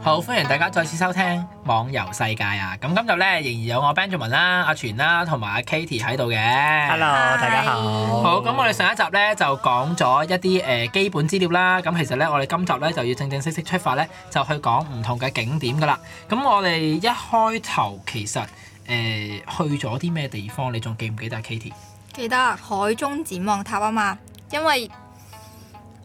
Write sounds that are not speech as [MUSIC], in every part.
好，歡迎大家再次收聽網遊世界啊！咁今日咧仍然有我 Benjamin 啦、阿全啦同埋阿 Katie 喺度嘅。 Hello，大家好。好，咁我哋上一集咧就講咗一啲誒、呃基本資料啦。咁其實咧，我哋今集咧就要正正式式出發咧，就去講唔同嘅景點噶啦。咁我哋一開頭其實誒、呃去咗啲咩地方？你仲記唔記得啊 Katie？記得海中展望塔啊嘛，因為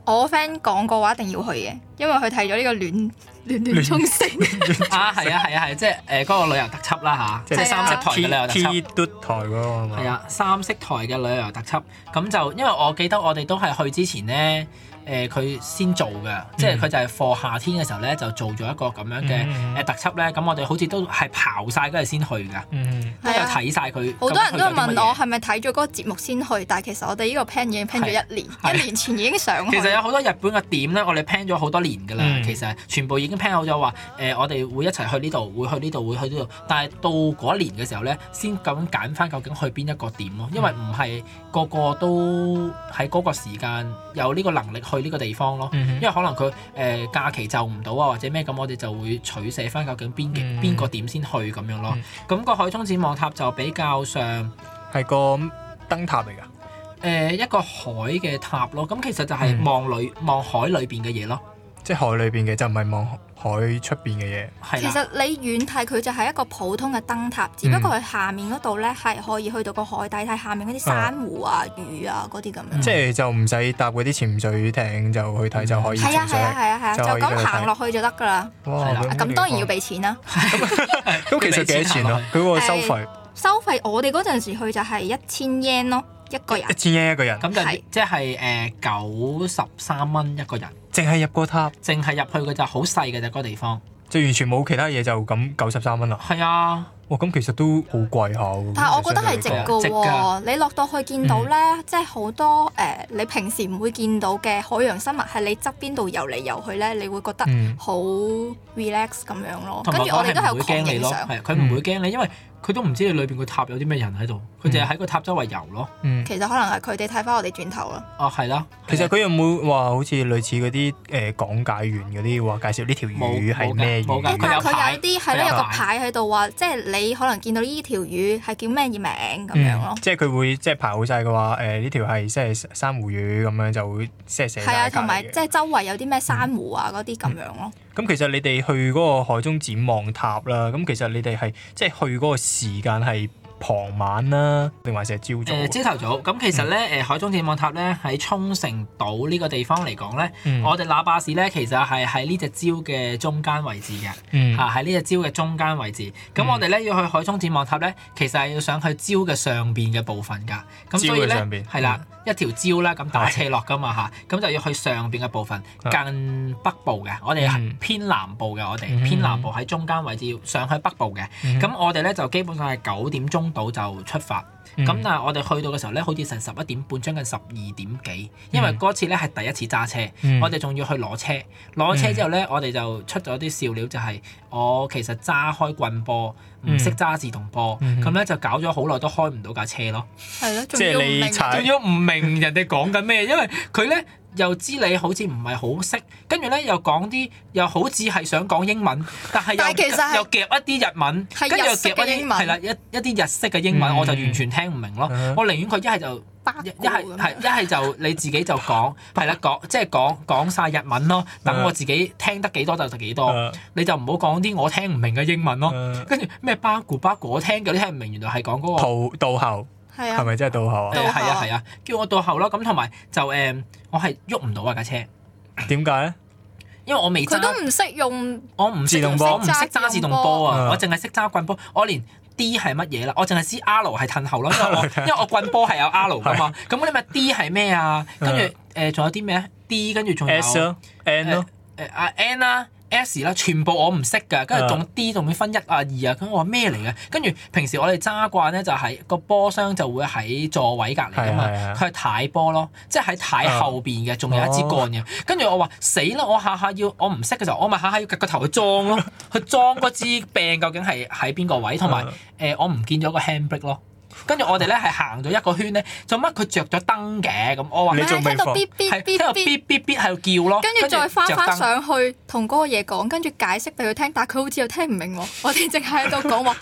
我 friend 講過話一定要去嘅，因為佢睇咗呢個戀戀戀衝繩，啊，係啊，係啊，係，即係誒嗰個旅遊特輯啦吓，即係啊係三色台嘅 T 旅遊特輯 T。嘟台嗰個係嘛？係，啊，三色台嘅旅遊特輯，咁就因為我記得我哋都係去之前咧，誒、佢先做嘅，即係佢就係貨夏天嘅時候咧就做咗一個咁樣嘅嗯嗯誒特輯咧，咁我哋好似都係刨晒嗰日先去㗎，嗯，都有睇晒佢。啊好多人咁佢都有啲乜問嘢我係咪睇咗嗰個節目先去，但係其實我哋呢個 plan 已經 plan 咗一年，係一年前已經上去其。實有好多日本嘅點咧，我哋 plan 咗好多年㗎啦。嗯其實全部已經 plan 好咗話，誒、我哋會一齊去呢度，會去呢度，會去呢度。但係到嗰一年嘅時候咧，先咁揀翻究竟去邊一個點嗯咯，因為唔係個個都喺嗰個時間有呢個能力去呢個地方咯。嗯哼因為可能佢誒、假期就唔到啊，或者咩咁，我哋就會取捨翻究竟邊幾嗯邊個點先去咁樣咯嗯。咁、個海中展望塔就比較上。係個燈塔嚟㗎。誒、一個海嘅塔咯，咁其實就係嗯望裏望海裏邊嘅嘢咯，即係海裏邊嘅，就唔係望海出邊嘅嘢。係其啦。實你遠睇佢就係一個普通嘅燈塔，只不過佢下面嗰度呢係可以去到個海底睇下面嗰啲珊瑚啊、魚啊嗰啲咁樣。即係就唔使搭嗰啲潛水艇就去睇嗯就可以係啊潛係啊水。係啊係啊，就就可以去咁睇行落去就得㗎啦。哇！係啦咁當然要。俾錢啦。咁其實幾多錢啊？佢嗰個收費收費我哋嗰陣時去就係一千 yen 咯，一個人一。千 yen 一個人，咁就係即係誒九十三蚊一個人，淨係入個塔淨係入去嘅就好細嘅啫，嗰個地方。就完全冇其他嘢，就咁九十三蚊啦。係啊，哇！咁其實都好貴下喎。但係我覺得係值相對嚟講㗎值喎㗎，嗯你落到去見到呢，即係好多誒、呃你平時唔會見到嘅海洋生物，係你側邊度游嚟游去呢，你會覺得嗯好 relax 咁樣咯。同哦跟埋住我佢哋都係係唔有會驚狂你影咯，相，係嗯啊佢唔會驚你，因為佢都唔知你裏邊個塔有啲咩人喺度，佢淨係喺個塔周圍遊咯。嗯。其實可能係佢哋睇翻我哋轉頭啊啦。哦，係啦，其實佢有冇話好似類似嗰啲誒講解員嗰啲話介紹呢條魚係咩冇㗎冇㗎魚？佢有但係佢牌有啲係咯，佢有有個牌牌喺度話，即係你可能見到呢條魚係叫咩名咁樣嗯咯。嗯即係佢會即係排好晒嘅話，誒呢條係即係珊瑚魚咁樣就會即係寫晒係啊，隔離同埋即嘅係周圍有啲咩珊瑚啊嗰啲咁嗯樣咯。咁其實你哋去嗰個海中展望塔啦，咁其實你哋係即係去嗰個時間係傍晚啦，定還是係朝早？誒呃朝頭早咁，其實嗯咧誒海中展望塔咧喺沖繩島呢個地方嚟講咧，嗯我哋喇叭士咧其實係喺呢隻蕉嘅中間位置嘅。嗯嚇啊喺呢只蕉嘅中間位置。咁嗯我哋咧要去海中展望塔咧，其實係要上去蕉嘅上邊嘅部分㗎。咁所以蕉嘅咧上邊嗯係啦，一條蕉啦，咁打斜落㗎嘛嚇，咁就要去上邊嘅部分，啊近北部嘅。我哋嗯係偏南部嘅，我哋嗯偏南部喺中間位置要上去北部嘅。嗯咁我哋咧就基本上係九點鐘到就出發。嗯咁但係我哋去到嘅時候咧，好似成十一點半，將近十二點幾，因為嗯嗰次咧係第一次揸車，嗯我哋仲要去攞車，攞車之後咧，我哋就出咗啲笑料，就係、我其實揸開棍波，唔嗯識揸自動波，嗯咁咧、就搞咗好耐都開唔到架車咯，係咯，仲即係要唔你明踩係仲要唔明人哋講緊咩，因為佢咧。又知你好似唔係好識，跟住咧又講啲又好似係想講英文，但係但係其實又係又夾一啲日文，係跟住又日式夾嘅一啲英文係啦，一一啲日式嘅英文，嗯我就完全聽唔明咯。嗯我寧願佢一係就八一股一係咁係樣一係就你自己就講，係啦講即係講講晒日文咯，等我自己聽得幾多就幾多，誒你就唔好講啲我聽唔明嘅英文咯。誒跟住咩巴古巴古，我聽嘅你聽唔明，原來係講嗰個到到後係啊係。咪真係到後啊？誒係啊後係啊，叫我到後啦。咁同埋就誒，我係喐唔到啊架車，點解咧？因為我未佢揸，都唔識用，我唔識自動波我唔識揸自動波嗯啊，我淨係識揸棍波，我連。D 係乜嘢啦？我淨係知 R 係褪後咯，因為 [LAUGHS] 我因為我棍波係有 R 噶嘛。咁嗰啲咩 D 係咩啊？跟住誒仲有啲咩啊？D 跟住仲有嗯 S 咯，N 咯，誒啊 N 啦、S 啦，全部我唔識㗎，跟住仲 D 仲要分一啊二啊，咁我話咩嚟嘅？跟住平時我哋揸慣咧就係、個波箱就會喺座位隔離㗎嘛係啊係啊，哦佢係軚波咯，即係喺軚後邊嘅，仲有一支桿嘅。跟住我話死啦，我下下要我唔識嘅時候，我咪下下要夾個頭去裝 [LAUGHS] 啊咯，去裝嗰支柄究竟係喺邊個位，同埋誒我唔見咗個 handbrake 咯。跟住我哋咧係行咗一個圈咧，做乜佢着咗燈嘅？咁我話你係仲未喺度放咇咇喺度咇咇咇，咇咇喺度叫咯，跟住再翻着翻燈上去同嗰個嘢講，跟住解釋俾佢聽，但係佢好似又聽唔 [LAUGHS] 明喎。我哋淨係喺度講話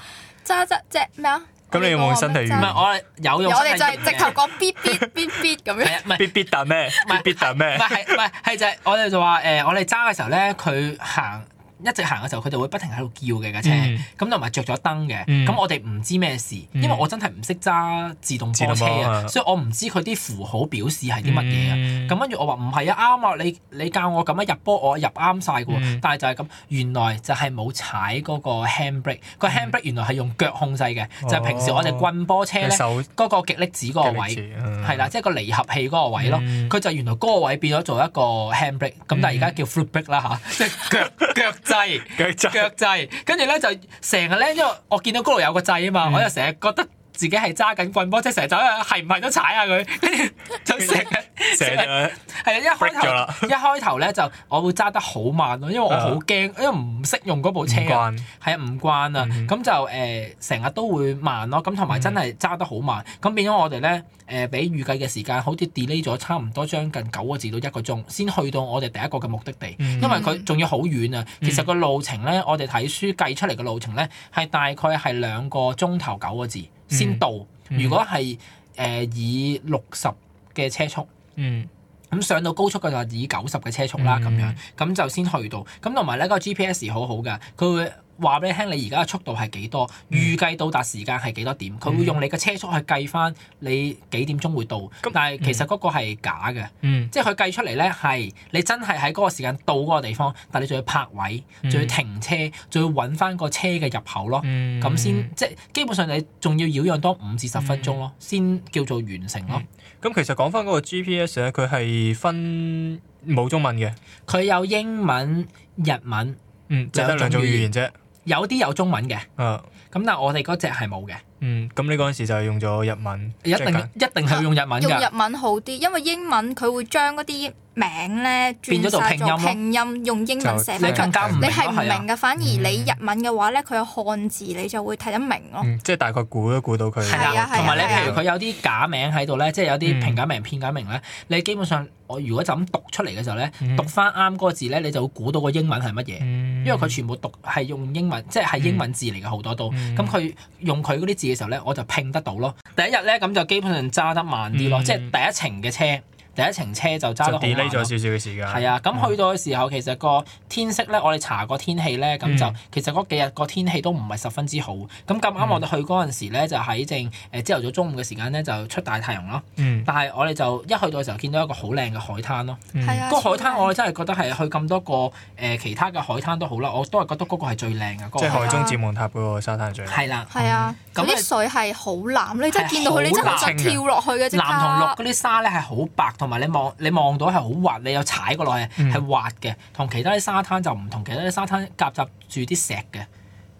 揸揸隻咩啊？咁你有冇用身體語我哋言講唔係我哋有話咩用我哋身就體語係直言頭嘅講咇咇咇 [LAUGHS] 咇係咁樣啊，唔係必必答咩？必必答唔咩？係係唔係係就係我哋就話誒、我哋揸嘅時候咧，佢行一直行嘅時候，佢就會不停喺度叫嘅架車，嗯咁同埋着咗燈嘅，咁、嗯我哋唔知咩事，嗯因為我真係唔識揸自動自波動車波啊，啊所以我唔知佢啲符號表示係啲乜嘢啊。嗯咁跟住我話唔係啊，啱啊！你你教我咁樣入波，我入啱晒嘅喎。嗯但係就係咁，原來就係冇踩嗰個 handbrake，個 handbrake 原來係用腳控制嘅，就係平時我哦哋棍波車咧隻手嗰個極力子嗰個位。係係啦，，即係個離合器嗰個位咯，嗯佢就原來嗰個位變咗做一個 handbrake，咁但係而家叫 foot brake 啦吓，即係腳 [LAUGHS] 腳掣。佢就腳掣，跟住咧就成日咧，因為我見到嗰度有個掣啊嘛，嗯我就成日覺得自己係揸緊棍波，即係成日走去係唔係都踩下佢，跟住就成日成日係啊！一 break 開咗啦啊頭一開頭咧就我會揸得好慢咯，因為我好驚，因為唔識用嗰部唔車啊。慣，係啊，唔慣啊，嗯咁、就誒成日都會慢咯，咁同埋真係揸得好慢，咁、變咗我哋咧誒比預計嘅時間好似 delay 咗差唔多將近九個字到一個鐘，先去到我哋第一個嘅目的地，嗯因為佢仲要好遠啊。其實個路程咧，我哋睇書計出嚟嘅路程咧，係大概係兩個鐘頭九個字先到。嗯如果係誒、呃以六十嘅車速。嗯咁上到高速嘅就係以九十嘅車速啦，咁樣嗯咁就先去到。咁同埋咧，個 GPS 好好㗎，佢會話俾你聽你而家嘅速度係幾多，嗯預計到達時間係幾多點，佢會用你嘅車速去計翻你幾點鐘會到。但係其實嗰個係假嘅，嗯即係佢計出嚟咧係你真係喺嗰個時間到嗰個地方，但係你仲要泊位，仲要停車，仲要揾翻個車嘅入口咯。嗯咁先、即係基本上你仲要擾攘多五至十分鐘嗯咯，先叫做完成咯。咁其實講翻嗰個 GPS 咧，啊佢係分冇中文嘅，佢有英文、日文。嗯，就得兩種語言啫。有啲有中嗯文嘅，咁啊，但係我哋嗰只係冇嘅，嗯，咁你嗰陣時就係用咗日文，一即定係簡一定係會用日文用㗎，日文好啲，因為英文佢會將嗰啲名咧變咗轉做晒拼音做咯拼音，用英文就寫即你係翻出嚟更加唔明你咯係唔係啊明嘅，反而你日文嘅話咧，佢有漢字，你就會睇得明咯。嗯，即係大概估都估到佢。係係啦啊，同埋你係啊譬如佢有啲假名喺度咧，即係有啲嗯平假名、片假名咧，你基本上我如果就咁讀出嚟嘅時候咧，嗯讀翻啱嗰個字咧，你就會估到個英文係乜嘢。因嗯，為佢全部讀係用英文，即係係英文字嚟嘅好多都，嗯咁佢用佢嗰啲字嘅時候咧，我就拼得到咯。第一日咧咁就基本上揸得慢啲咯，嗯即係第一程嘅車，第一程車就揸得好就慢 delay 咗咯少。少嘅時間。係啊，咁去到嘅時候，其實個天色咧，我哋查過天氣咧，咁就、嗯其實嗰幾日個天氣都唔係十分之好。咁咁啱我哋去嗰陣時咧，就喺正誒朝頭早中午嘅時間咧，就出大太陽咯。嗯，但係我哋就一去到嘅時候，見到一個好靚嘅海灘咯。嗯係啊，個海灘我真係覺得係去咁多個誒、呃其他嘅海灘都好啦，我都係覺得嗰個係最靚嘅嗰個即係海海中展望塔嗰個沙灘最。係啦。係啊，咁嗰係啲水係好藍，你真係見到佢，係啊你真係好啊好想藍嘅跳落去嘅即藍同綠刻。嗯嗰啲沙咧係好白，同埋你望你望到係好滑，你有踩過落去嗯係滑嘅，同其他啲沙灘就唔同，其他啲沙灘夾雜住啲石嘅。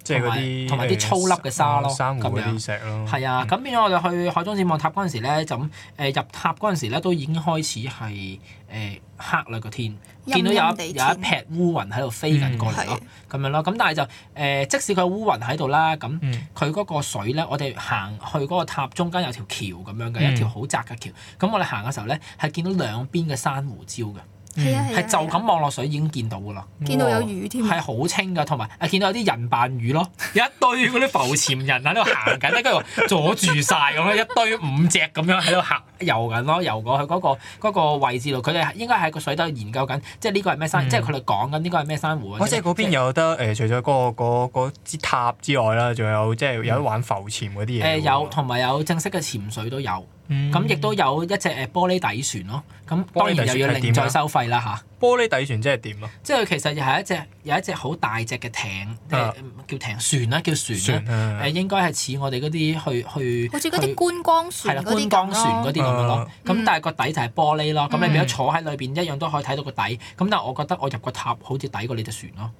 即係嗰啲同埋同埋啲粗粒嘅沙咯哦珊瑚嗰咁樣啲石咯。係嗯啊，咁變咗我哋去海中展望塔嗰陣時咧，就咁誒入塔嗰陣時咧，都已經開始係誒黑啦個天，陰見到有陰一地有一天撇烏雲喺度飛緊過嚟咯，咁樣咯。咁但係就誒、呃即使佢有烏雲喺度啦，咁嗯佢嗰個水咧，我哋行去嗰個塔中間有條橋咁樣嘅，嗯一條好窄嘅橋。咁我哋行嘅時候咧，係見到兩邊嘅珊瑚礁嘅，係啊係啊，嗯係就咁望落水已經見到噶啦。見到有魚嗯添。啊係好清噶，同埋啊見到有啲人扮魚咯， [LAUGHS] 有一堆嗰啲浮潛人喺度行緊咧，跟住阻住晒咁樣，一堆五隻咁樣喺度行遊緊咯，遊過去嗰、個嗰個位置度，佢哋應該喺個水底度研究緊，即係呢個係咩珊，嗯即係佢哋講緊呢個係咩珊瑚啊。我即係嗰邊有得誒，除咗嗰個嗰嗰支塔之外啦，仲有即係有得玩浮潛嗰啲嘢喎。嗯誒有，同埋有正式嘅潛水都有，嗯咁亦都有一隻誒玻璃底船咯，咁當玻璃底船然又要係另點啊再收費啦吓。玻璃底船即係點啊？即係其實又係一隻有一隻好大隻嘅艇，誒、嗯啊叫艇船啦，叫船船啦，誒、啊應該係似我哋嗰啲去去好似嗰去啲觀光係船啦，嗰啲觀光船嗰咁咯啲咁樣咯，咁、嗯但係個底就係玻璃咯，咁、你變咗嗯坐喺裏邊一樣都可以睇到個底，咁但係我覺得我入個塔好似抵過你隻船咯，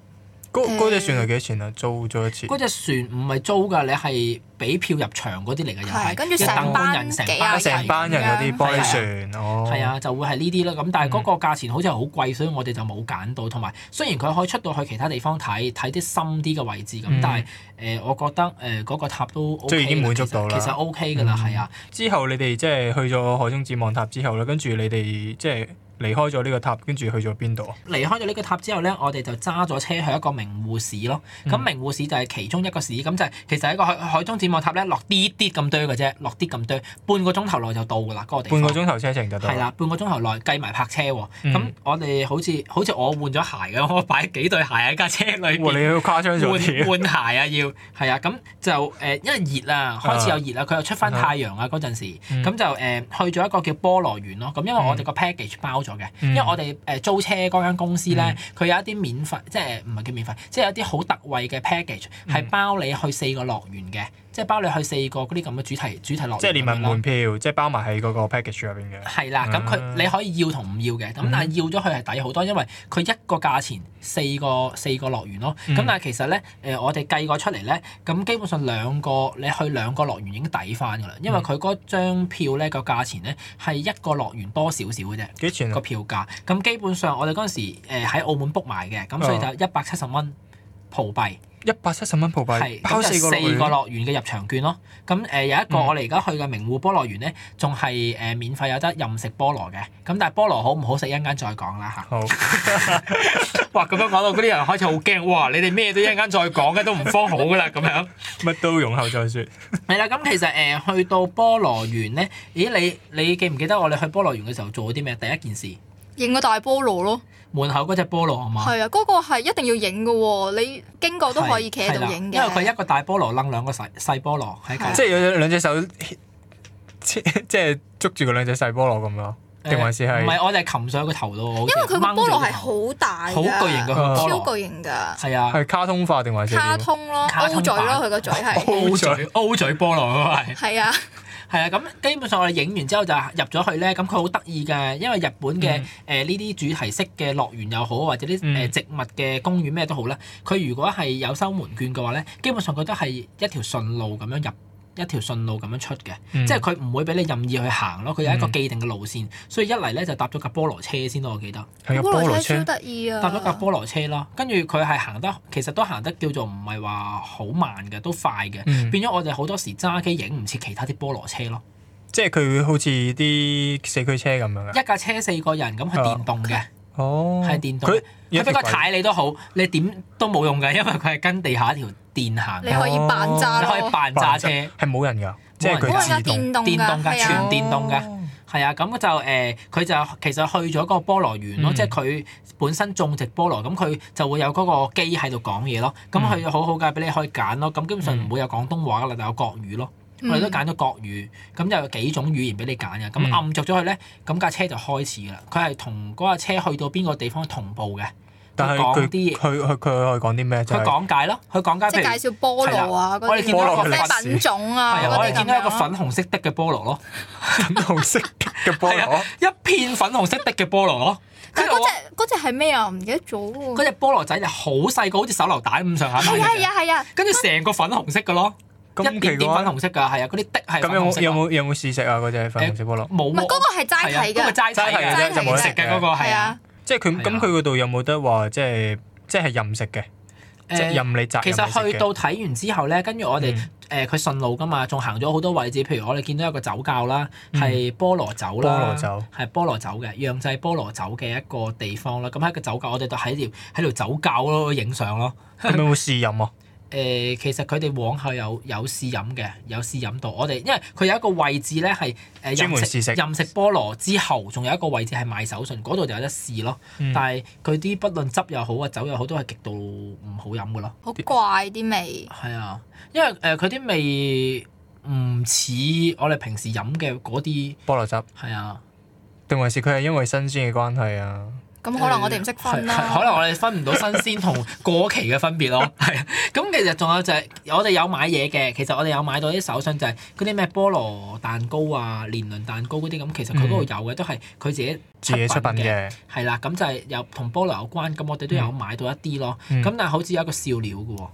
嗰嗰隻船係幾錢啊？租咗一次。嗰隻船唔係租㗎，你係俾票入場嗰啲嚟嘅，又係係跟住一成等班人成幾班啊啊一齊成班人嗰啲玻璃船，哦，係，啊，就會係呢啲啦。咁但係嗯嗰個價錢好似係好貴，所以我哋就冇揀到。同埋雖然佢可以出到去其他地方睇，睇啲深啲嘅位置咁，嗯但係誒、呃我覺得誒嗰、個塔都 O、k 即係已經滿足到啦其實 O K 㗎啦，嗯係啊、之後你哋即係去咗海中展望塔之後咧，跟住你哋即係離開咗呢個塔，跟住去咗邊度啊？離開咗呢個塔之後咧，我哋就揸咗車去一個名護市咯。咁嗯名護市就係其中一個市，咁就係其實係一個海海中展望塔咧，落啲啲咁多嘅啫，落啲咁多，半個鐘頭內就到㗎啦，嗰、個地半方個。鐘頭車程就到。係，啦，半個鐘頭內計埋泊車喎。嗯咁我哋好似好似我換咗鞋咁，我擺幾對鞋喺架車裏哇！邊。你要誇張咗啲。換換鞋啊，要係啊，咁就誒、呃因為熱啊，開始有熱啦，佢又出翻太陽啊嗰陣時，咁、嗯就誒、呃去咗一個叫菠蘿園咯。咁因為我哋個 package 包咗嘅，因為我哋誒、呃租車嗰間公司咧，佢、有一啲免費，即係唔係叫免費，即係有啲好特惠嘅 package 係包你去四個樂園嘅，即係包你去四個嗰啲咁嘅主題主題樂園咁樣咯。即係連埋門票，即係包埋喺嗰個 package 入邊嘅。係啦，咁啊佢你可以要同唔要嘅，咁嗯但係要咗佢係抵好多，因為佢一個價錢四個四個樂園咯。嗯咁但係其實咧，誒我哋計過出嚟咧，咁基本上兩個你去兩個樂園已經抵翻㗎啦，因為嗯佢嗰張票咧個價錢咧係一個樂園多少少嘅啫。幾錢個啊？票價咁基本上，我哋嗰陣時誒喺澳門 book 埋嘅，咁所以哦就一百七十蚊葡幣，一百七十蚊葡幣，係包咁就四四個樂個園。樂園嘅入場券咯。咁誒、呃有一個嗯我哋而家去嘅名護菠蘿園咧，仲係誒免費有得任食菠蘿嘅。咁但係菠蘿好唔好食，一陣間再講啦嚇。好， [LAUGHS] 哇！咁樣講到嗰啲人開始好驚，哇！你哋咩都一陣間再講嘅，都唔方好噶啦咁樣。乜都容後再説。 [LAUGHS] 係啦，咁其實誒、呃去到菠蘿園咧，咦你你記唔記得我哋去菠蘿園嘅時候做咗啲咩？第一件事，影個大菠蘿咯，門口嗰只菠蘿係嘛？係啊，嗰個係一定要影嘅喎，你經過都可以企喺度係啦影嘅。因為佢一個大菠蘿掹兩個細細菠蘿喺隔離係即係有兩隻手， [LAUGHS] 即即係捉住嗰兩隻細菠蘿咁咯。定還是係唔係我哋係擒上佢個頭度，因因為佢個菠蘿係好大㗎，好巨型嘅佢個菠蘿哎超巨型㗎，係啊，係卡通化定還是點卡通咯卡通，O 嘴版咯，佢個嘴 [LAUGHS] [LAUGHS] 係 O 嘴 O 嘴菠蘿啊係係啊，係啊，咁基本上我哋影完之後就入咗去咧，咁佢好得意嘅，因為日本嘅嗯誒呢啲主題式嘅樂園又好，或者啲誒嗯植物嘅公園咩都好啦，佢如果係有收門券嘅話咧，基本上佢都係一條順路咁樣入。一條順路咁樣出嘅，嗯即係佢唔會俾你任意去行咯，佢有一個嗯既定嘅路線，所以一嚟咧就搭咗架菠蘿車先咯，我記得。係有菠蘿車超車，得意啊！搭咗架菠蘿車啦，跟住佢係行得，其實都行得叫做唔係話好慢嘅，都快嘅，嗯變咗我哋好多時揸機影唔切其他啲菠蘿車咯。即係佢好似啲四驅車咁樣嘅。一架車四個人咁係啊電動嘅，哦，係電動嘅佢。佢有俾個條軌踩你都好，你點都冇用嘅，因為佢係跟地下條電行你啊嘅，可以扮哦你揸可以咯，扮揸車，係冇人㗎，即係冇嗰佢人架自動。電動電動㗎，㗎，係全啊，電動㗎。哦係啊，咁就誒，呃佢、就其實去咗個菠蘿園咯，嗯即係佢本身種植菠蘿，咁佢就會有嗰個機喺度講嘢咯。嗯咁佢好好㗎，俾你可以揀咯。咁基本上唔會有廣東話㗎啦，但有國語咯。我哋都揀咗國語，咁就有幾種語言俾你揀嘅。嗯咁暗着咗佢咧，咁架車就開始㗎啦。佢係同嗰架車去到邊個地方同步嘅，但佢係講佢啲嘢佢佢佢可以講啲咩？就佢係講解咯，佢講解即啊譬如係介紹菠係蘿啊，啦我嗰哋啲見到一個咩粉品種啊，係啊，我嗰哋啲咁見到一個樣粉紅色的嘅菠蘿咯， [LAUGHS] 粉紅色嘅菠係啊蘿。，一片粉紅色的嘅菠蘿咯。但跟係住我嗰只嗰只係咩啊？唔記得咗喎。嗰只菠蘿仔就好細個，好似手榴彈咁上下大係嘅啊啫。係啊係啊！跟住成個粉紅色嘅咯，一咁點奇點粉怪。紅色㗎，係啊，嗰啲的係粉咁有紅冇色㗎。有冇有冇試食啊？嗰只粉紅色菠蘿，冇唔冇係嗰個係齋係啊睇嗰個㗎，齋睇齋睇嘅嘅啫，啫就冇得食 à. 嘅嗰個係係啊啊。，即係係啊佢咁佢嗰度有冇得話即係即係任食嘅，即係誒任你摘其任你食實嘅嗯去到睇完之後咧，跟住我 Ừ, 哋誒佢順路㗎嘛，仲行咗好多位置，譬如我哋見到有個酒窖啦，嗯係菠蘿酒啦，菠蘿 [LAUGHS] 酒係菠蘿酒嘅釀製菠蘿酒嘅一個地方啦。咁喺個酒窖，我哋就喺條喺條酒窖咯影相咯。咁有冇試飲啊？誒、呃其實佢哋往後有有試飲嘅，有試飲到。我哋因為佢有一個位置咧係誒專門任食試食任食菠蘿之後，仲有一個位置係賣手信，嗰度就有得試咯。嗯但係佢啲不論汁又好啊，酒又好，都係極度唔好飲嘅咯。好怪啲味。係啊，因為誒佢啲味唔似我哋平時飲嘅嗰啲，菠蘿汁，係啊。定還是佢係因為新鮮嘅關係啊？咁可能我哋唔識分係係可啦。能我哋分唔到新鮮同過期嘅分別咯。 [LAUGHS] 係啊，咁其實仲有就係我哋有買嘢嘅，其實我哋有買到啲手信，就係嗰啲咩菠蘿蛋糕啊、年輪蛋糕嗰啲咁，其實佢嗰度有嘅都係佢自己自己出品。嘅，係啦，咁就係有同菠蘿有關，咁我哋都有買到一啲咯。嗯咁但係好似有一個笑料嘅喎，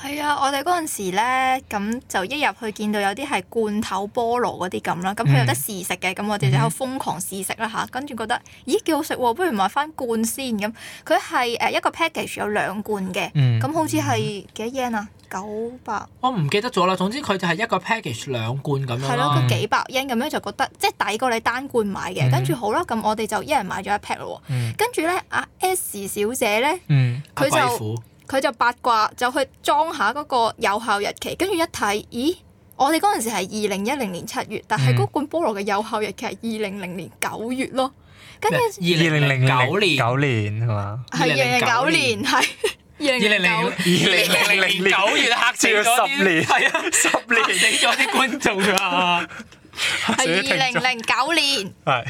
係啊，我哋嗰陣時咧，咁就一入去見到有啲係罐頭菠蘿嗰啲咁啦，咁嗯佢有得試食嘅，咁我哋就喺度瘋狂試食啦吓，跟住覺得咦幾好食喎，不如買翻罐先咁。佢係誒一個 package 有兩罐嘅，咁、嗯好似係幾多 yen 啊？九百我唔記得咗啦。總之佢就係一個 package 兩罐咁樣係咯，啦。佢幾百 yen 咁樣就覺得即係抵過你單罐買嘅。跟住好啦，咁我哋就一人買咗一 pack 咯喎。嗯跟住咧，阿 S 小姐咧，嗯阿佢就貴婦佢就八卦就去裝下嗰個有效日期，跟住一睇，咦？我哋嗰陣時係二零一零年七月，但係嗯嗰罐菠蘿嘅有效日期係二零零年九月咯。跟住咩二零零2009九年九年係嘛？係二零2009零九年，係二二零零零九零。二零零九月嚇死咗照啲十年係啊，嚇十死咗啲觀眾啊！自己係二聽零咗零九年。係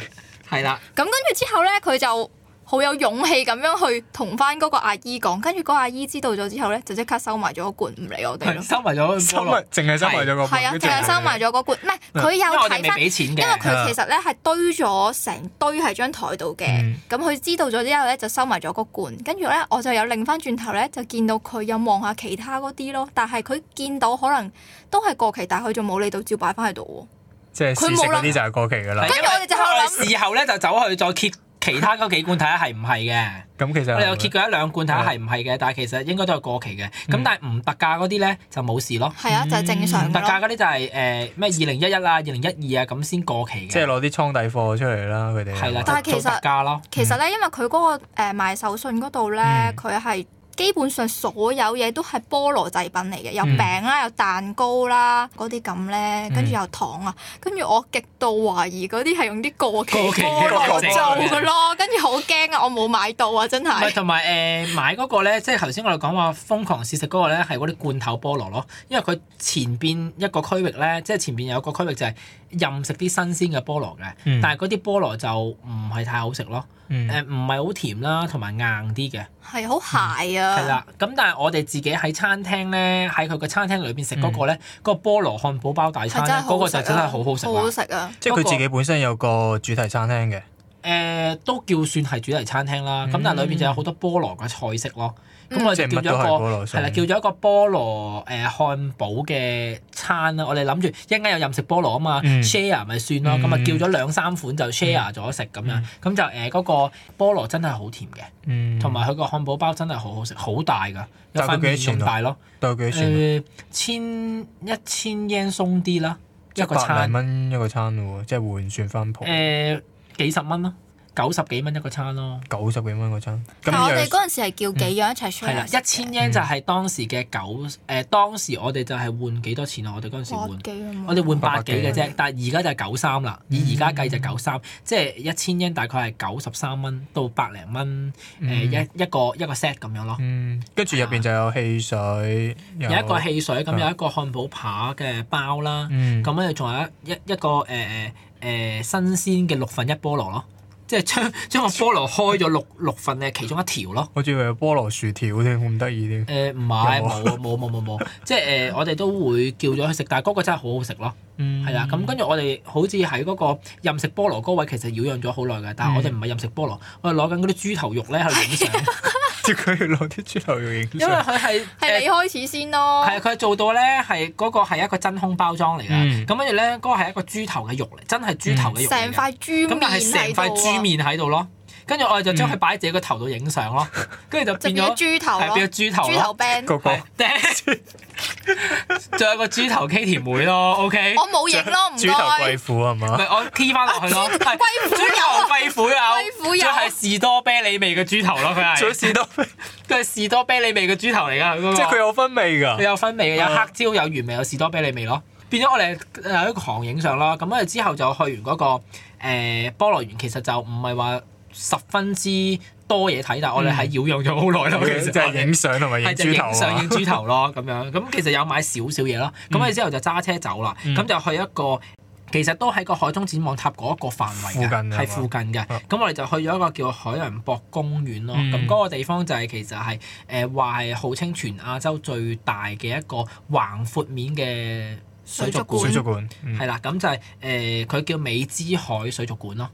係啦，咁跟住之後咧，佢就好有勇氣咁樣去同翻嗰個阿姨講，跟住嗰個阿姨知道咗之後咧，就即刻收埋咗嗰罐，唔理我哋係咯。收埋咗收菠埋蘿，淨係收埋咗個係啊，盤淨係收埋咗嗰罐，唔係佢因為有我哋睇未翻。俾錢因為嘅。啊佢其實咧係堆咗成堆喺張台度嘅嗯，咁佢、知道咗之後咧就收埋咗個罐，跟住咧我就有擰翻轉頭咧就見到佢有望下其他嗰啲咯，但係佢見到可能都係過期，但係佢仲冇理到，照擺翻喺度即係試佢食冇嗰啦啲就係過期㗎啦。係跟住我哋就喺度諗因為事後咧就走去再揭其他嗰幾罐睇下係唔係嘅。咁其實我哋有揭過一兩罐睇下係唔係嘅，但係其實應該都係過期嘅。咁嗯但係唔特價嗰啲咧就冇事咯。喎，係啊，就係、正常唔特嘅價咯。嗰啲就係誒咩二零一一啊、二零一二啊咁先過期即係嘅，攞啲倉底貨出嚟啦，佢哋係啦，但係就其做實特價咯。其實咧，因為佢嗰、個誒、呃、賣手信嗰度咧嗯，佢係、基本上所有嘢都係菠蘿製品嚟嘅，有嗯餅啦，有蛋糕啦，嗰啲咁咧，跟住嗯有糖啊，跟住我極度懷疑嗰啲係用啲過期過期菠蘿過期做嘅咯，跟住好驚啊！我冇買到啊，真唔係係。同埋誒買嗰個咧，即係頭先我哋講話瘋狂試食嗰個咧，係嗰啲罐頭菠蘿咯。因為佢前邊一個區域咧，即係前邊有個區域就係任食啲新鮮嘅菠蘿嘅，嗯但係嗰啲菠蘿就唔係太好食咯。嗯啊誒唔係好甜啦，同埋硬啲嘅，係好鞋嗯係啊！啦。咁但係我哋自己喺餐廳咧，喺佢個餐廳裏邊食嗰個嗯咧，嗰個菠蘿漢堡包大餐係咧真係，好嗰個食就啊真係好好食好好啦。食啊！即係佢自己本身有個主題餐廳嘅，誒呃都叫算係主題餐廳啦，咁但係裏邊就有好多菠蘿嘅菜式咯。咁嗯我嗯即係哋乜叫都係咗一個。菠蘿係上啦，面。叫咗一個菠蘿誒漢堡嘅餐啦，我哋諗住一陣間有任食菠蘿啊嘛嗯，share 咪算咯，咁啊嗯叫咗兩三款就 share 咗食咁樣嗯，咁就誒嗰個菠蘿真係好甜嘅，嗯，同埋佢個漢堡包真係好好食，好大㗎，有大概塊面幾多錢咁啊大咯，都有幾多錢啊？誒千一千 yen 鬆啲啦，一一個百餐零蚊一個餐喎，即係換算翻鋪誒幾十蚊咯，九十幾蚊一個餐咯。九十幾蚊個餐。但係我咁哋又嗰陣時係啊叫幾樣一齊嗯係啦，啊 share，一千 yen 就係當時嘅九誒，當時我哋就係換幾多錢啊？我哋嗰陣時哇換。幾咁我哋換八百百幾幾嘅啫，但係而家就係九三啦。以而家計就九三，即係一千 yen 大概係九十三蚊到百零蚊，誒嗯一一個一個 set 咁樣咯。嗯，跟住入邊就有汽水，有有一個汽水，咁啊有一個漢堡扒嘅包啦，嗯咁跟住仲有一一一個誒誒誒新鮮嘅六份一菠蘿咯，即係將將個菠蘿開咗六六份嘅其中一條咯。我仲以為有菠蘿薯條添，咁得意添。誒唔係有冇冇冇冇 [LAUGHS] 冇，即係誒我哋都會叫咗去食，但係嗰個真係好好食咯。嗯係啦，啊咁跟住我哋好似喺嗰個任食菠蘿嗰位，其實擾攘咗好耐嘅，但係我哋唔係任食菠蘿，我哋攞緊嗰啲豬頭肉咧去影相，即係佢要攞啲豬頭肉影因為相。佢係係誒你開始先咯，係啊佢係做到咧係嗰個係一個真空包裝嚟㗎，嗯咁跟住咧嗰個係一個豬頭嘅肉嚟，真係豬頭嘅肉嚟嗯嘅，成塊豬咁面但係成喺度塊豬啊，面喺度咯，跟住我哋就將佢擺喺自己個頭度影相咯，跟住就變就變咗咗豬頭係咯變，咗豬頭豬頭咯， band。個個係 [LAUGHS] 仲有個豬頭 K 甜妹咯，OK。我冇影咯，唔豬頭該貴。婦係唔嘛？係我 T 翻落去咯，係貴婦豬頭貴婦啊有，貴婦有佢係士多啤梨味嘅豬頭咯，佢最係士多啤，佢係士多啤梨味嘅豬頭嚟㗎，佢嗰個即係佢有分味㗎佢。有分味嘅，有啊黑椒、有原味、有士多啤梨味咯。變咗我哋誒有一個行影相啦，咁我哋之後就去完嗰、個、呃誒菠蘿園，其實就唔係話十分之多嘢睇，但係我哋係擾攘咗好耐咯，其實就嗯係影相同埋影係就豬頭影相啊影！豬頭咯咁樣。 [LAUGHS] 咁其實有買少少嘢咯。咁我哋之後就揸車走啦。嗯咁就去一個其實都喺個海中展望塔嗰一個範圍附近嘅，㗎係附近嘅。啊咁我哋就去咗一個叫海洋博公園咯。嗯咁嗰個地方就係其實係誒話係號稱全亞洲最大嘅一個橫闊面嘅水族館館水。族館，嗯係啦，咁就係誒佢叫美之海水族館咯，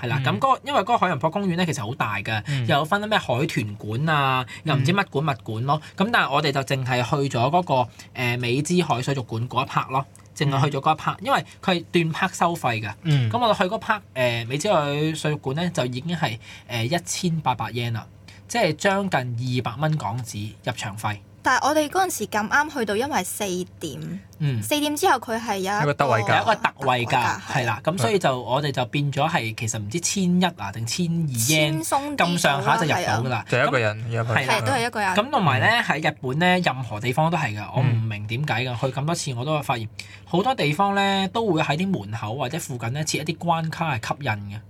係啦。嗯咁嗰個因為嗰個海洋博公園咧其實好大嘅，嗯又有分咩海豚館啊，又唔知乜館物館咯。咁但係我哋就淨係去咗嗰個誒美之海水族館嗰一 part 咯，淨係去咗嗰一 part，因為佢係段 part 收費嘅。嗯，咁我哋去嗰 part 誒美之海水族館咧，就已經係誒一千八百 yen 啦，即係將近二百蚊港紙入場費。但係我哋嗰陣時咁啱去到，因為四點，嗯，四點之後佢係有有個特惠有價一個特惠價係係啦，咁所以就我哋就變咗係其實唔知千一啊定千二 yen 輕鬆啲咁上下就入到㗎啦，啦。就一個人入去。係係啊係都係一個人。咁同埋咧喺日本咧，任何地方都係㗎。我嗯唔明點解㗎，去咁多次我都會發現好多地方咧都會喺啲門口或者附近咧設一啲關卡係吸引嘅。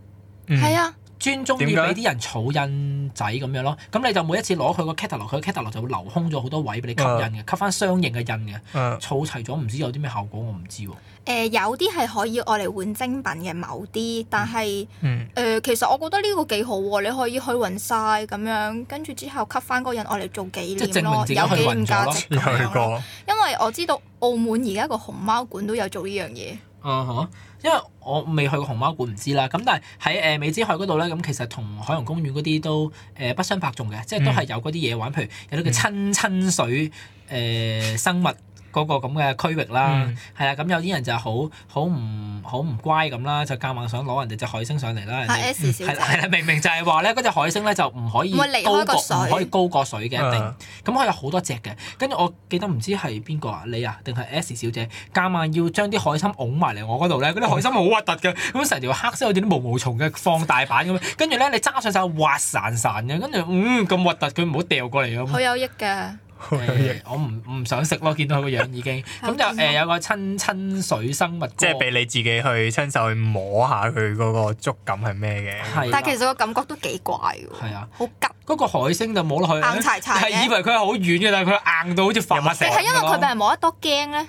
嗯係啊，專中意俾啲人儲印仔咁樣咯，咁你就每一次攞佢個 catalog，佢 catalog 就會留空咗好多位俾你吸啊印嘅，吸翻相應嘅印嘅，嗯儲齊咗唔知有啲咩效果，我唔知喎。誒、有啲係可以愛嚟換精品嘅某啲，但係誒、嗯其實我覺得呢個幾好喎，你可以去揾晒咁樣，跟住之後吸翻嗰人愛嚟做紀即係念證明咯，自己有紀去念運咗咯價值有咁去樣咯。過，因為我知道澳門而家個熊貓館都有做呢樣嘢，啊哈因為我未去過熊貓館唔知啦，咁但係喺誒呃美之海嗰度咧，咁其實同海洋公園嗰啲都誒、呃不相伯仲嘅，即係都係有嗰啲嘢玩，譬如有啲叫親親水誒、呃生物嗰個咁嘅區域啦嗯，係啦、咁有啲人就好好唔好唔乖咁啦，就夾硬想攞人哋隻海星上嚟啦，人阿哋 S 小係啦姐係啦，明明就係話咧，嗰只海星咧就唔可以唔可以離高開過個水唔可以高過水嘅一定嗯。咁佢有好多隻嘅，跟住我記得唔知係邊個啊，你啊定係 S 小姐，夾硬要將啲海參拱埋嚟我嗰度咧，嗰啲海參好核突 [LAUGHS] 嘅，咁成條黑色好似啲毛毛蟲嘅放大版咁樣，跟住咧你揸上手滑潺潺嘅，跟住嗯咁核突，佢唔好掉過嚟咁好。有益嘅，好有誒型我唔唔想食咯，見到佢個樣已 [LAUGHS] 經，咁就好健康啊誒有個親親水生物，即係俾你自己去親手去摸下佢嗰個觸感係咩嘅。係啦但其實個感覺都幾怪嘅，係啊，好急，嗰個海星就冇落去，硬柴柴嘅係以為佢係好軟嘅，但係佢硬到好似化石定咁咯。係因為佢俾人摸得多驚咧？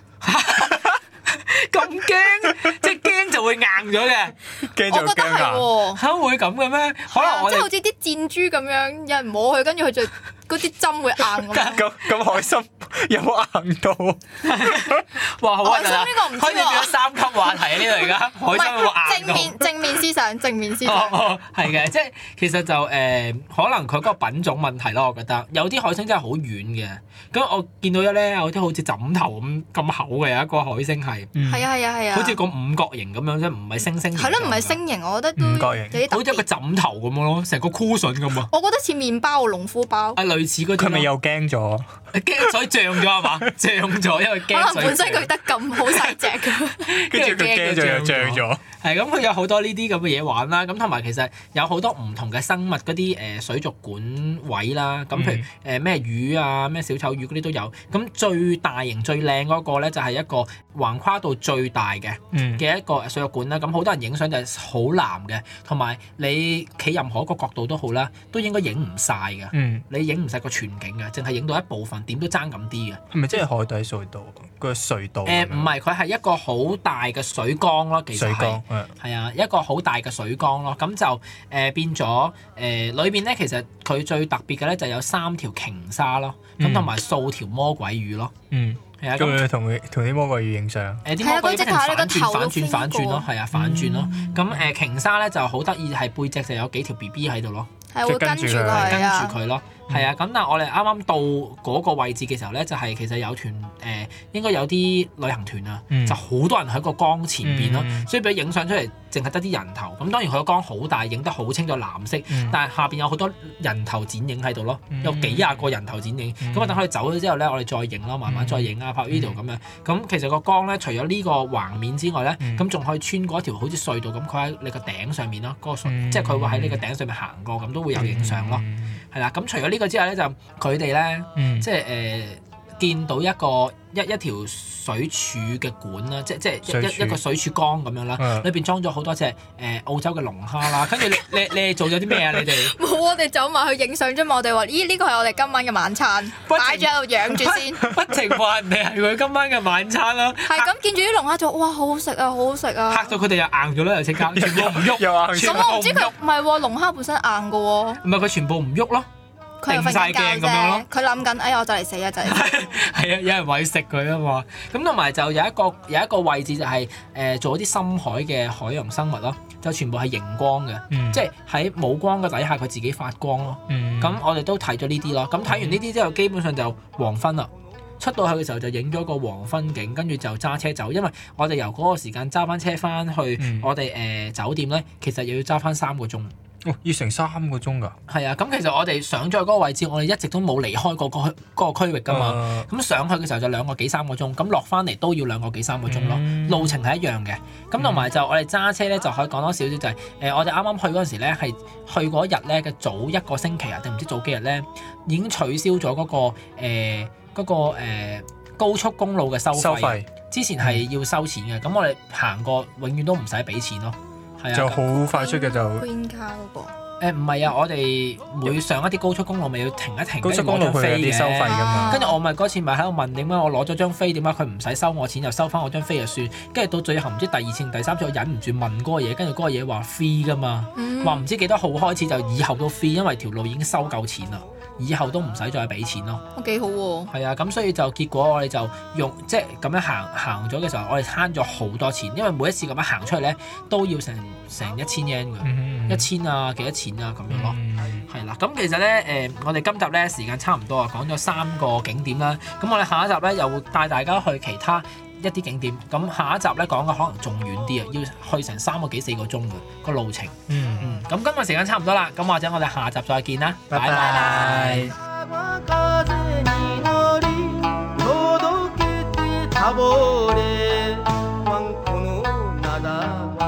咁驚，即係驚就會硬咗嘅，跟我住就覺得係驚啊！喎。嚇會咁嘅咩？可係啊能我即係好哋似啲箭豬咁樣，有人摸佢，跟住佢就嗰啲針會硬咁 [LAUGHS] 樣。咁咁開心有冇硬到？哇好核突啊海參呢個唔！開知喎始變咗三級話題啊呢度而家，海 [LAUGHS] 唔參係會正硬面正面思想，正面思到。哦想。哦，係嘅，即係其實就誒、可能佢嗰個品種問題咯，我覺得有啲海星真係好軟嘅。咁我見到一咧，有啲好似枕頭咁咁厚嘅，有一個海星係，係啊係啊係啊。好似個五角形咁樣啫，唔係星星。係咯，唔係，星形，我覺得都五有角形啲特好似一個別。枕頭咁樣咯，成個 cushion 咁啊！我覺得似麵包農夫包， [LAUGHS] 啊，類似嗰啲佢咯咪又驚咗？驚水漲咗係 [LAUGHS] 嘛？漲咗，因為可能驚水漲。本身佢得咁好細隻 [LAUGHS] 嘅。跟住佢驚咗又漲咗。係咁，佢有好多呢啲咁嘅嘢玩啦。咁同埋其實有好多唔同嘅生物嗰啲誒水族館位啦。咁譬如嗯誒咩魚啊、咩小丑魚嗰啲都有。咁最大型最靚嗰個咧就係一個橫跨度最大嘅嗯，嘅一個水族館啦。咁好多人影相就係好藍嘅，同埋你企任何一個角度都好啦，都應該影唔晒嘅。嗯，你影唔晒個全景嘅，淨係影到一部分，點都爭咁啲嘅。係咪即係海底隧道個隧道？誒唔係，佢係一個好大嘅水缸咯，其實水係。缸，嗯係啊，一個好大嘅水缸咯，咁就誒、呃、變咗誒、呃、裏邊咧，其實佢最特別嘅咧就有三條鯨鯊咯，咁嗯同埋數條魔鬼魚咯，嗯，係啊，咁咁佢同佢同啲魔鬼魚影相。誒啲係啊魔鬼魚不停嗰隻反睇下轉你個頭反都轉飛反轉咯，係啊，反轉咯，嗯咁誒鯨鯊咧就好得意，係背脊就有幾條 B B 喺度咯，係會跟住佢跟住啊！佢咯，係啊，咁但係我哋啱啱到嗰個位置嘅時候咧，就係、其實有團誒、呃、應該有啲旅行團啊，嗯就好多人喺個缸前邊咯，嗯所以俾佢影相出嚟，淨係得啲人頭，咁當然佢個缸好大，影得好清楚藍色。嗯但係下邊有好多人頭剪影喺度咯，嗯有幾廿個人頭剪影。嗯咁啊我等佢哋走咗之後咧，我哋再影咯，慢慢再影啊，拍 video 咁樣。咁其實個光咧，除咗呢個橫面之外咧，嗯咁仲可以穿過一條好似隧道咁，佢喺你個頂上面咯，嗰個隧，嗯即係佢會喺你個頂上面行過，咁都會有影相咯。係啦，咁除咗呢個之外咧，就佢哋咧，嗯。即係誒見到一個一一條水柱嘅管啦，即即係一水柱一一個水柱缸咁樣啦。嗯裏邊裝咗好多隻誒、澳洲嘅龍蝦 [LAUGHS] 啦，跟住你你你哋做咗啲咩啊？你哋？冇，我哋走埋去影相啫嘛。我哋話：咦，呢個係我哋今晚嘅晚餐，不停擺咗喺度養 [LAUGHS] 住先。 [LAUGHS] 不停話人哋係佢今晚嘅晚餐啦， [LAUGHS] 係咁見住啲龍蝦就哇，好好食啊，好好食啊！嚇到佢哋又硬咗啦，又即刻全部唔 [LAUGHS] 又喐，又全咁部我唔唔知佢喐，唔係喎，龍蝦本身硬嘅喎，唔係佢全部唔喐咯，佢又定瞓晒緊鏡覺咁樣咯啫。佢諗緊，哎呀，我就嚟死啊，就嚟死！係啊，有人餵食佢啊嘛。咁同埋就有一個有一個位置就係、誒、做一啲深海嘅海洋生物咯，就全部係熒光嘅，嗯即係喺冇光嘅底下佢自己發光咯。嗯咁我哋都睇咗呢啲咯。咁睇完呢啲之後，基本上就黃昏啦。出到去嘅時候就影咗個黃昏景，跟住就揸車走。因為我哋由嗰個時間揸翻車翻去嗯我哋誒、呃酒店咧，其實又要揸翻三個鐘。哦要成三個鐘㗎，係啊，咁其實我哋上咗去嗰個位置，我哋一直都冇離開過嗰個嗰個區域㗎嘛。嘛，咁上去嘅時候就兩個幾三個鐘，咁落翻嚟都要兩個幾三個鐘咯。嗯路程係一樣嘅，咁同埋就我哋揸車咧，就可以講多少少就係、呃我哋啱啱去嗰陣時咧，係去嗰日咧嘅早一個星期啊，定唔知早幾日咧，已經取消咗嗰、個誒嗰、個、呃高速公路嘅收費。收費之前係要收錢嘅，咁我哋行過永遠都唔使俾錢咯。係就啊，嗯好 [LAUGHS] 快速嘅就 Green Car 嗰個誒唔係啊，我哋每上一啲高速公路咪要停一停，高速公路跟住攞張佢有飛啲收嘅費㗎嘛。跟住我咪嗰次咪喺度問點解我攞咗張飛，點解佢唔使收我錢又收翻我張飛就算？跟住到最後唔知第二次定第三次，我忍唔住問嗰個嘢，跟住嗰個嘢話 free 噶嘛，嗯話唔知幾多號開始就以後都 free，因為條路已經收夠錢啦，以後都唔使再俾錢咯。都幾好喎，係啊，咁所以就結果我哋就用即係咁樣行行咗嘅時候，我哋慳咗好多錢，因為每一次咁樣行出去咧都要成成一千 yen 嘅，嗯一千啊幾多錢啊咁樣咯。嗯係啦，咁其實咧，誒、我哋今集咧時間差唔多啊，講咗三個景點啦。咁我哋下一集咧又會帶大家去其他一啲景點。咁下一集咧講嘅可能仲遠啲啊，要去成三個幾四個鐘嘅個路程。嗯。嗯，咁今日時間差唔多啦，咁或者我哋下集再見啦，拜拜拜拜風に乗りとどけてたぼれワンコのなだ